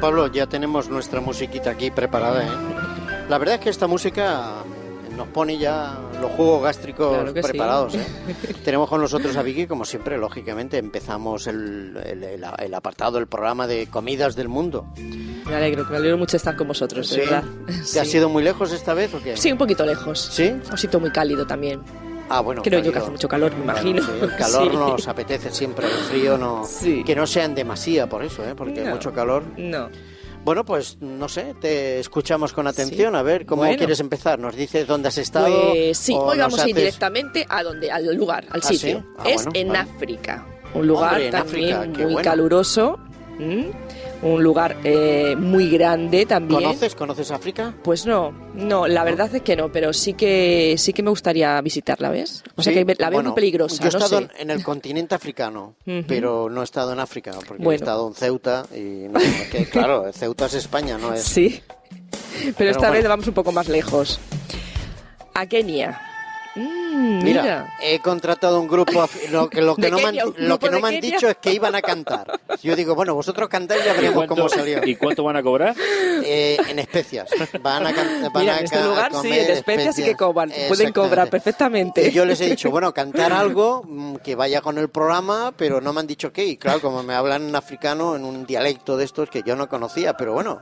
Pablo, ya tenemos nuestra musiquita aquí preparada. ¿eh? La verdad es que esta música nos pone ya los jugos gástricos Claro que sí. preparados. ¿eh? Tenemos con nosotros a Vicky, como siempre, lógicamente, empezamos el, el- el- el apartado, el programa de comidas del mundo. Me alegro, me alegro mucho estar con vosotros, de verdad. ¿Te Sí. has ido muy lejos esta vez o qué? Sí, un poquito lejos. ¿Sí? Un sitio muy cálido también. Ah, bueno. Creo yo que cálido. hace mucho calor, me Bueno, imagino. sí, el calor Sí. nos apetece siempre, el frío no. Sí. Que no sea en demasía por eso, ¿eh? porque No. mucho calor. No. Bueno, pues no sé, te escuchamos con atención. A ver, ¿cómo Bueno. quieres empezar? ¿Nos dices dónde has estado? Pues sí, o hoy nos vamos a ir haces- directamente a donde, al lugar, al ¿Ah, sí? sitio. Ah, es bueno, en vale. África, un lugar Hombre, en también África, qué muy bueno. caluroso, ¿m? un lugar eh, muy grande también. ¿Conoces? ¿Conoces África? Pues no, no, la verdad es que no, pero sí que sí que me gustaría visitarla, ¿ves? O sea Sí, que ve- la veo bueno, muy peligrosa, Yo he no estado sé. en el continente africano, Ujú. pero no he estado en África, porque he Bueno. estado en Ceuta y no, es que, claro, Ceuta es España, no es. Sí. Pero, Pero esta vez bueno. vamos un poco más lejos. A Kenia. Mm, Mira, mira. he contratado un grupo, af- lo que, lo que De no, me han, Kenia, un lo que grupo no de me han Kenia. dicho es que iban a cantar. Yo digo, bueno, vosotros cantáis y ya ¿Y veremos cuánto- cómo salió. ¿Y cuánto van a cobrar? Eh, en especias. Van a, can- van Mira, a en ca- este a lugar sí, comer en especias sí que cobran, pueden Exactamente. cobrar perfectamente. Y yo les he dicho, bueno, cantar algo mm, que vaya con el programa, pero no me han dicho qué. Y claro, como me hablan en africano, en un dialecto de estos que yo no conocía, pero bueno,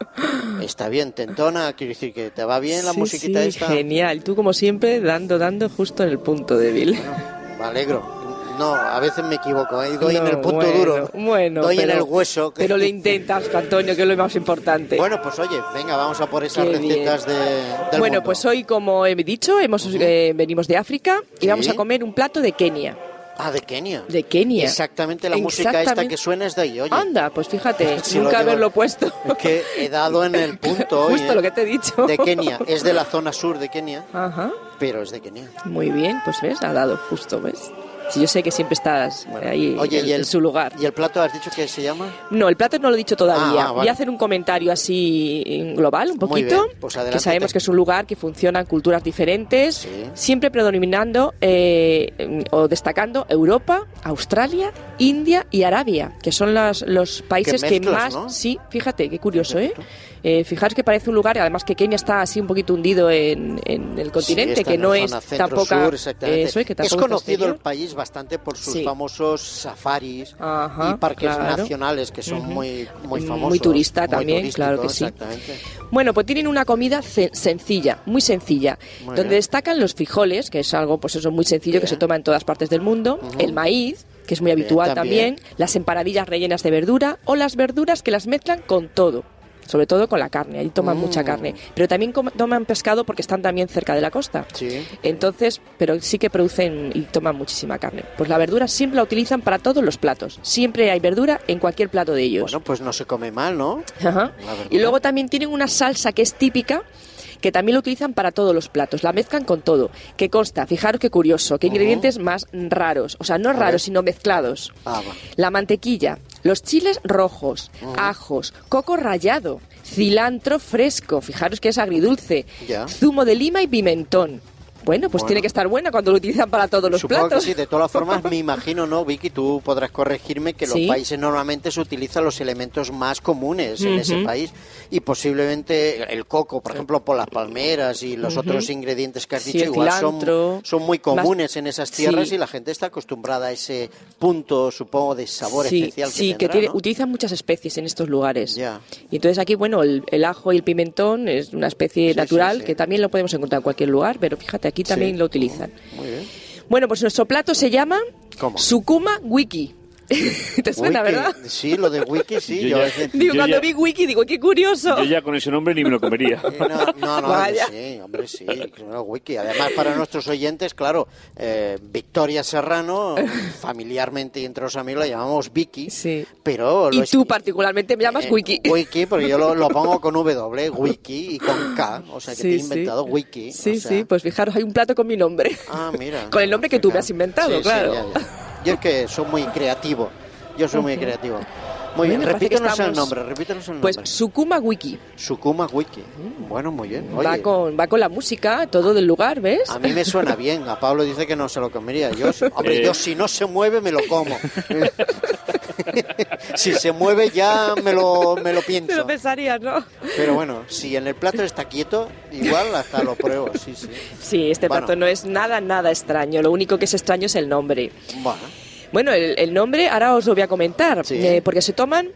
está bien, tentona, quiero decir que te va bien la Sí, musiquita sí, esta. Genial, tú como siempre dando, dando justo en el punto débil. Bueno, me alegro. No, a veces me equivoco, ¿eh? doy en No, el punto bueno, duro, Bueno, doy en pero- el hueso. que- Pero lo intentas, Antonio, que es lo más importante. Bueno, pues oye, venga, vamos a por esas Qué bien. recetas de, del Bueno, mundo. pues hoy, como he dicho, hemos, eh, venimos de África y Sí. vamos a comer un plato de Kenia. Ah, de Kenia. De Kenia. Exactamente, la música esta Exactamente. que suena es de ahí, oye. Anda, pues fíjate, Si lo nunca llevo- haberlo puesto. Es que he dado en el punto hoy. Justo ¿eh? lo que te he dicho. De Kenia. Es de la zona sur de Kenia, Ajá. pero es de Kenia. Muy bien, pues ves, ha dado justo, ¿ves? Si yo sé que siempre estás eh, ahí en, en su lugar. ¿Y el plato has dicho que se llama? No, el plato no lo he dicho Ah, todavía. ah, Voy vale. a hacer un comentario así global, un Muy poquito. bien, pues que adelántate. sabemos que es un lugar que funcionan culturas diferentes, Sí. siempre predominando eh, em, o destacando Europa, Australia, India y Arabia, que son las- los países que mezclas, más. ¿no? Sí, fíjate, qué curioso, ¿eh? Eh, Fijaros que parece un lugar, además que Kenia está así un poquito hundido en, en el continente, Sí, está que en no la es zona centro tampoco. sur, exactamente. eso, eh, que es tampoco está conocido el exterior. país bastante por sus Sí. famosos safaris Ajá, y parques claro. nacionales que son muy, muy Muy famosos. turista también, turístico, claro que sí. Exactamente. Bueno, pues tienen una comida ce- sencilla, muy sencilla, Muy donde bien. destacan los frijoles, que es algo pues eso muy sencillo que Bien. se toma en todas partes del mundo, el maíz, que es muy Bien, habitual también. también. las empanadillas rellenas de verdura o las verduras que las mezclan con todo. Sobre todo con la carne, allí toman mucha Mm. carne. Pero también com- toman pescado porque están también cerca de la costa. Sí. Entonces, pero sí que producen y toman muchísima carne. Pues la verdura siempre la utilizan para todos los platos. Siempre hay verdura en cualquier plato de ellos. Bueno, pues no se come mal, ¿no? Ajá. La verdura. Y luego también tienen una salsa que es típica que también lo utilizan para todos los platos, la mezclan con todo, que consta, fijaros qué curioso, qué ingredientes más raros, o sea, no ver. raros, sino mezclados. Ah, va. La mantequilla, los chiles rojos, ajos, coco rallado, cilantro fresco, fijaros que es agridulce, Ya. zumo de lima y pimentón. Bueno, pues Bueno. tiene que estar buena cuando lo utilizan para todos los Supongo platos. que sí, de todas formas me imagino, ¿no, Vicky? Tú podrás corregirme que los Sí. países normalmente se utilizan los elementos más comunes en ese país y posiblemente el coco, por ejemplo, por las palmeras y los otros ingredientes que has Sí, dicho, el igual cilantro, son, son muy comunes más- en esas tierras sí. y la gente está acostumbrada a ese punto, supongo, de sabor sí, especial que sí, tendrá, tiene- ¿no? utilizan muchas especies en estos lugares. Ya. Y entonces aquí, bueno, el, el ajo y el pimentón es una especie Sí, natural sí, sí. que también lo podemos encontrar en cualquier lugar, pero fíjate, aquí también Sí. lo utilizan. Muy bien. Bueno, pues nuestro plato se llama ¿Cómo? Sukuma Wiki. ¿Te suena, Wiki, verdad? Sí, lo de wiki, sí. Yo yo- ya- eh, Digo, Yo cuando ya- vi Wiki, digo, qué curioso. Yo ya con ese nombre ni me lo comería. No, no, no, Vaya. sí, hombre, sí, claro, wiki. Además, para nuestros oyentes, claro, eh, Victoria Serrano, familiarmente y entre los amigos la llamamos Vicky, Sí. pero... lo Y es- tú particularmente me llamas eh, Wiki. Wiki, porque yo lo, lo pongo con W, Wiki, y con K, o sea que te he inventado Wiki. o Sí, sea- sí, pues fijaros, hay un plato con mi nombre. Ah, mira. Con el nombre que tú me Fíjate. has inventado, Sí, sí, claro. ya, ya. Yo es que soy muy creativo, yo soy muy creativo. Muy Bueno, bien, me parece que repítenos el estamos- nombre, repítenos el nombre. Pues Sukuma Wiki. Sukuma Wiki. Bueno, muy bien. Va Oye, con, va con la música, todo del lugar, ¿ves? A mí me suena bien. A Pablo dice que no se lo comería. Yo, hombre, Eh. yo si no se mueve me lo como. si se mueve ya me lo, me lo Te pienso. lo pensarías, ¿no? Pero bueno, si en el plato está quieto, igual hasta lo pruebo, sí, sí. Sí, este Bueno. plato no es nada, nada extraño. Lo único que es extraño es el nombre. Bueno, Bueno, el, el nombre ahora os lo voy a comentar, Sí. eh, porque se toman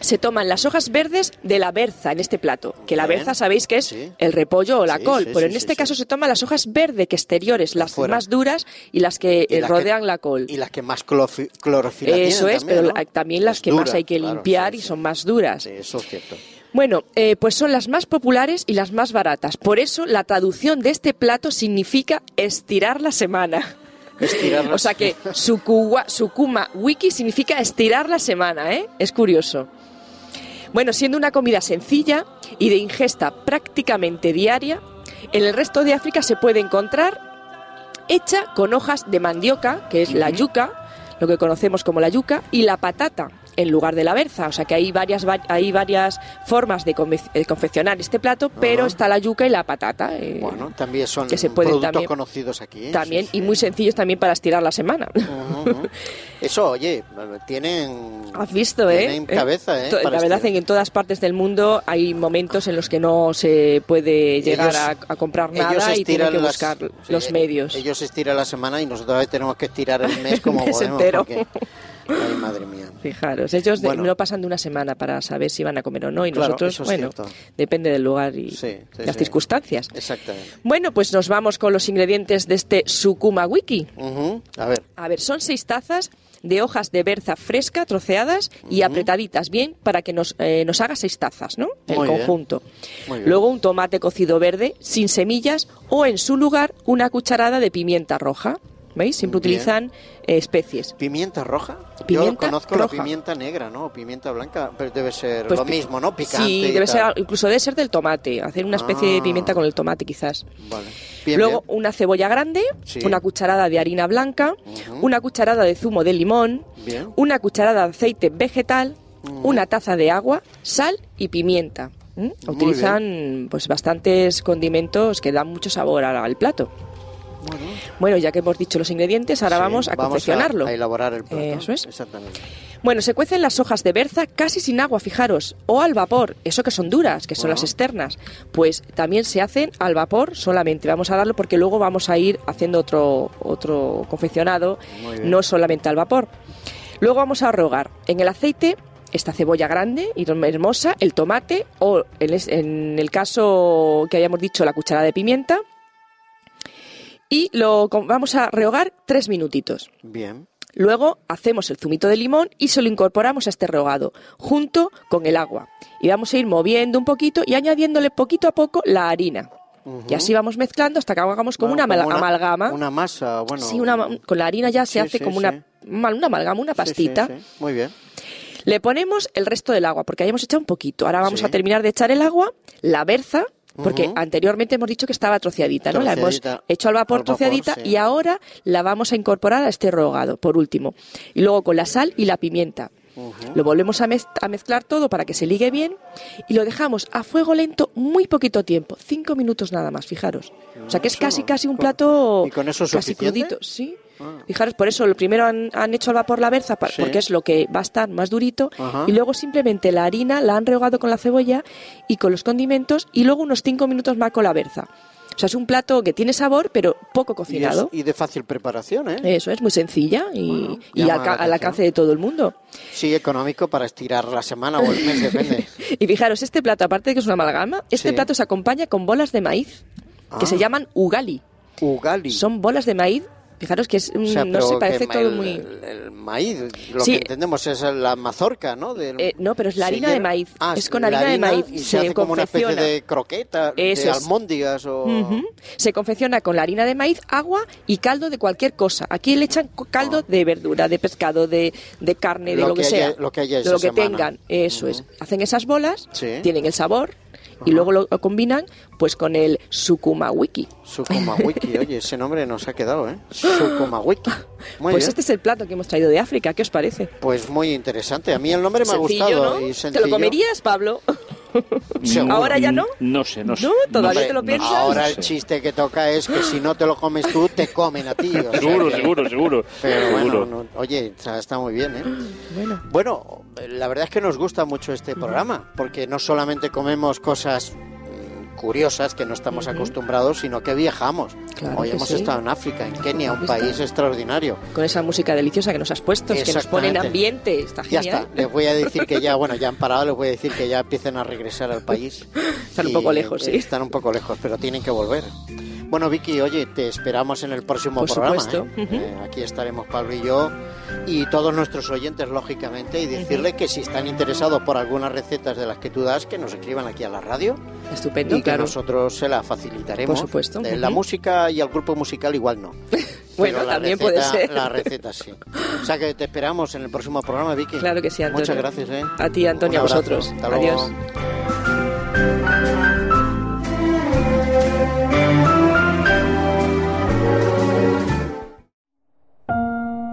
se toman las hojas verdes de la berza en este plato, que la Bien. berza sabéis que es Sí. el repollo o la Sí, col, sí, pero sí, en sí, este sí. caso se toman las hojas verdes que exteriores, las Fuera. más duras y las que Y eh, las que- rodean la col. y las que más clorofi- clorofila tienen Eso es, también, pero ¿no? la- también las Es que más dura, hay que claro, limpiar sí, y sí. son más duras. Sí, eso es cierto. Bueno, eh, pues son las más populares y las más baratas. Por eso la traducción de este plato significa estirar la semana. Estirar la- O sea que sukuwa- Sukuma Wiki significa estirar la semana, ¿eh? Es curioso. Bueno, siendo una comida sencilla y de ingesta prácticamente diaria, en el resto de África se puede encontrar hecha con hojas de mandioca, que es la yuca, lo que conocemos como la yuca, y la patata en lugar de la berza. O sea que hay varias, va- hay varias formas de, come- de confeccionar este plato, pero Ajá. está la yuca y la patata. eh, Bueno, también son que se pueden productos también- conocidos aquí. ¿eh? también, Sí, sí. y muy sencillos también para estirar la semana. Ujú, ujú. Eso, oye, tienen... Has visto, ¿eh? Tienen cabeza, ¿eh? To- Para La verdad estirar. es que en todas partes del mundo hay momentos en los que no se puede llegar Ellos- a, a comprar nada y tiene estiran que las- buscar sí, eh, los medios. Ellos estiran la semana y nosotros tenemos que estirar el mes como El mes podemos. entero. porque- Ay, madre mía. Fijaros, ellos de- Bueno. no pasan de una semana para saber si van a comer o no y Claro, nosotros, eso es bueno, cierto. depende del lugar y Sí, sí, las sí. circunstancias. Exactamente. Bueno, pues nos vamos con los ingredientes de este Sukuma Wiki. Ujú, A ver, A ver, son seis tazas de hojas de berza fresca, troceadas y apretaditas bien para que nos, eh, nos haga seis tazas, ¿no? El Muy bien. conjunto. Muy bien. Luego un tomate cocido verde sin semillas o en su lugar una cucharada de pimienta roja. ¿Veis? Siempre Bien. utilizan eh, especies. ¿pimienta roja? Yo Pimienta conozco roja. la pimienta negra, ¿no? Pimienta blanca, pero debe ser Pues lo pi- mismo, ¿no? Oh, Picante. Sí, y debe ser, tal. incluso debe ser del tomate, hacer una especie de Ah. pimienta con el tomate quizás. Vale. Bien, Luego bien. una cebolla grande, Sí. una cucharada de harina blanca, Ujú. una cucharada de zumo de limón, Bien. una cucharada de aceite vegetal, Mm. una taza de agua, sal y pimienta. ¿Mm? Muy Utilizan pues bastantes condimentos que dan mucho sabor al, al plato. Bueno, ya que hemos dicho los ingredientes, ahora Sí, vamos a confeccionarlo. A, elaborar el plato. Eso es. Exactamente. Bueno, se cuecen las hojas de berza casi sin agua, fijaros, o al vapor, eso que son duras, que son Bueno. las externas, pues también se hacen al vapor solamente. Vamos a darlo porque luego vamos a ir haciendo otro, otro confeccionado, Muy bien. no solamente al vapor. Luego vamos a rogar en el aceite esta cebolla grande y hermosa, el tomate o en es- en el caso que habíamos dicho la cucharada de pimienta y lo con- vamos a rehogar tres minutitos. Bien. Luego hacemos el zumito de limón y se lo incorporamos a este rehogado, junto con el agua. Y vamos a ir moviendo un poquito y añadiéndole poquito a poco la harina. Ujú. Y así vamos mezclando hasta que hagamos como, Bueno, una, amal- amalgama. Una masa, bueno. Sí, una ma- con la harina ya se Sí, sí, hace como sí. una, mal- una amalgama, una Sí, sí, pastita. sí. Muy bien. Le ponemos el resto del agua, porque hayamos echado un poquito. Ahora vamos Sí. a terminar de echar el agua, la berza, porque Ujú. anteriormente hemos dicho que estaba troceadita, ¿no? La hemos Troceadita. hecho al vapor Al vapor, troceadita sí. y ahora la vamos a incorporar a este rogado, por último. Y luego con la sal y la pimienta. Ujú. Lo volvemos a, mez- a mezclar todo para que se ligue bien y lo dejamos a fuego lento muy poquito tiempo, cinco minutos nada más, fijaros. O sea que es Eso, casi casi un con- plato ¿y con eso es casi suficiente? crudito, sí. Ah. Fijaros, por eso lo primero han, han hecho al vapor la berza, pa- Sí. porque es lo que va a estar más durito, Ajá. y luego simplemente la harina la han rehogado con la cebolla y con los condimentos, y luego unos cinco minutos más con la berza. O sea, es un plato que tiene sabor, pero Y, poco es- cocinado. y de fácil preparación, ¿eh? Eso es muy sencilla y, Bueno, y llama la alca- al atención. alcance de todo el mundo. Sí, económico para estirar la semana o el mes, depende. Y fijaros, este plato, aparte de que es una amalgama, este Sí. plato se acompaña con bolas de maíz, que Ah. se llaman ugali. Ugali. Son bolas de maíz, fijaros que es, un- O sea, no pero se que parece el- todo el, muy... el maíz, lo Sí. que entendemos es la mazorca, ¿no? Del- Eh, no, pero es la se harina de hierve- maíz. Ah, Es con la harina de maíz, Y se, se hace como una especie confecciona. de croqueta, Eso de es. almóndigas o... Ujú. Se confecciona con la harina de maíz, agua y caldo de cualquier cosa. Aquí le echan co- caldo de verdura, de pescado, de, de carne, de Ah. Lo lo que, que sea. haya- lo que haya De esa lo que semana. tengan. Eso es. Hacen esas bolas, Sí. tienen el sabor y luego lo, lo combinan pues con el sukuma wiki. Sukumawiki, oye, ese nombre nos ha quedado, ¿eh? Sukumawiki. Muy pues bien. este es el plato que hemos traído de África. ¿Qué os parece? Pues muy interesante. A mí el nombre me ha Sencillo, gustado. Y ¿no? ¿Te lo sencillo. comerías, Pablo? Seguro. ¿Ahora ya no? No sé, no sé. No, todavía Hombre, te lo no, piensas. Ahora Sí. el chiste que toca es que si no te lo comes tú, te comen a ti. o sea Seguro, que- seguro, seguro. Pero bueno, Seguro. no- oye, está, está muy bien, ¿eh? Bueno. Bueno, la verdad es que nos gusta mucho este programa, porque no solamente comemos cosas mm, curiosas que no estamos acostumbrados, sino que viajamos. Claro Hoy que hemos sí. estado en África, en Kenia, un supuesto. país extraordinario. Con esa música deliciosa que nos has puesto, es que nos pone en Exactamente. ambiente. Está Ya genial. está, les voy a decir que ya, bueno, ya han parado, les voy a decir que ya empiecen a regresar al país. eh, Están un poco lejos, sí. Están un poco lejos, pero tienen que volver. Bueno, Vicky, oye, te esperamos en el próximo Por programa. supuesto. ¿eh? Ujú. Eh, aquí estaremos Pablo y yo y todos nuestros oyentes, lógicamente, y decirles que si están interesados por algunas recetas de las que tú das, que nos escriban aquí a la radio Estupendo, y que claro. nosotros se las facilitaremos. Por supuesto. Eh, La Ujú. música y el grupo musical igual no. Bueno, Pero la también receta- puede ser. La receta sí. O sea que te esperamos en el próximo programa, Vicky. Claro que sí, Antonio. Muchas gracias, ¿eh? A ti, Antonio, Un a abrazo. vosotros. Hasta luego. Adiós.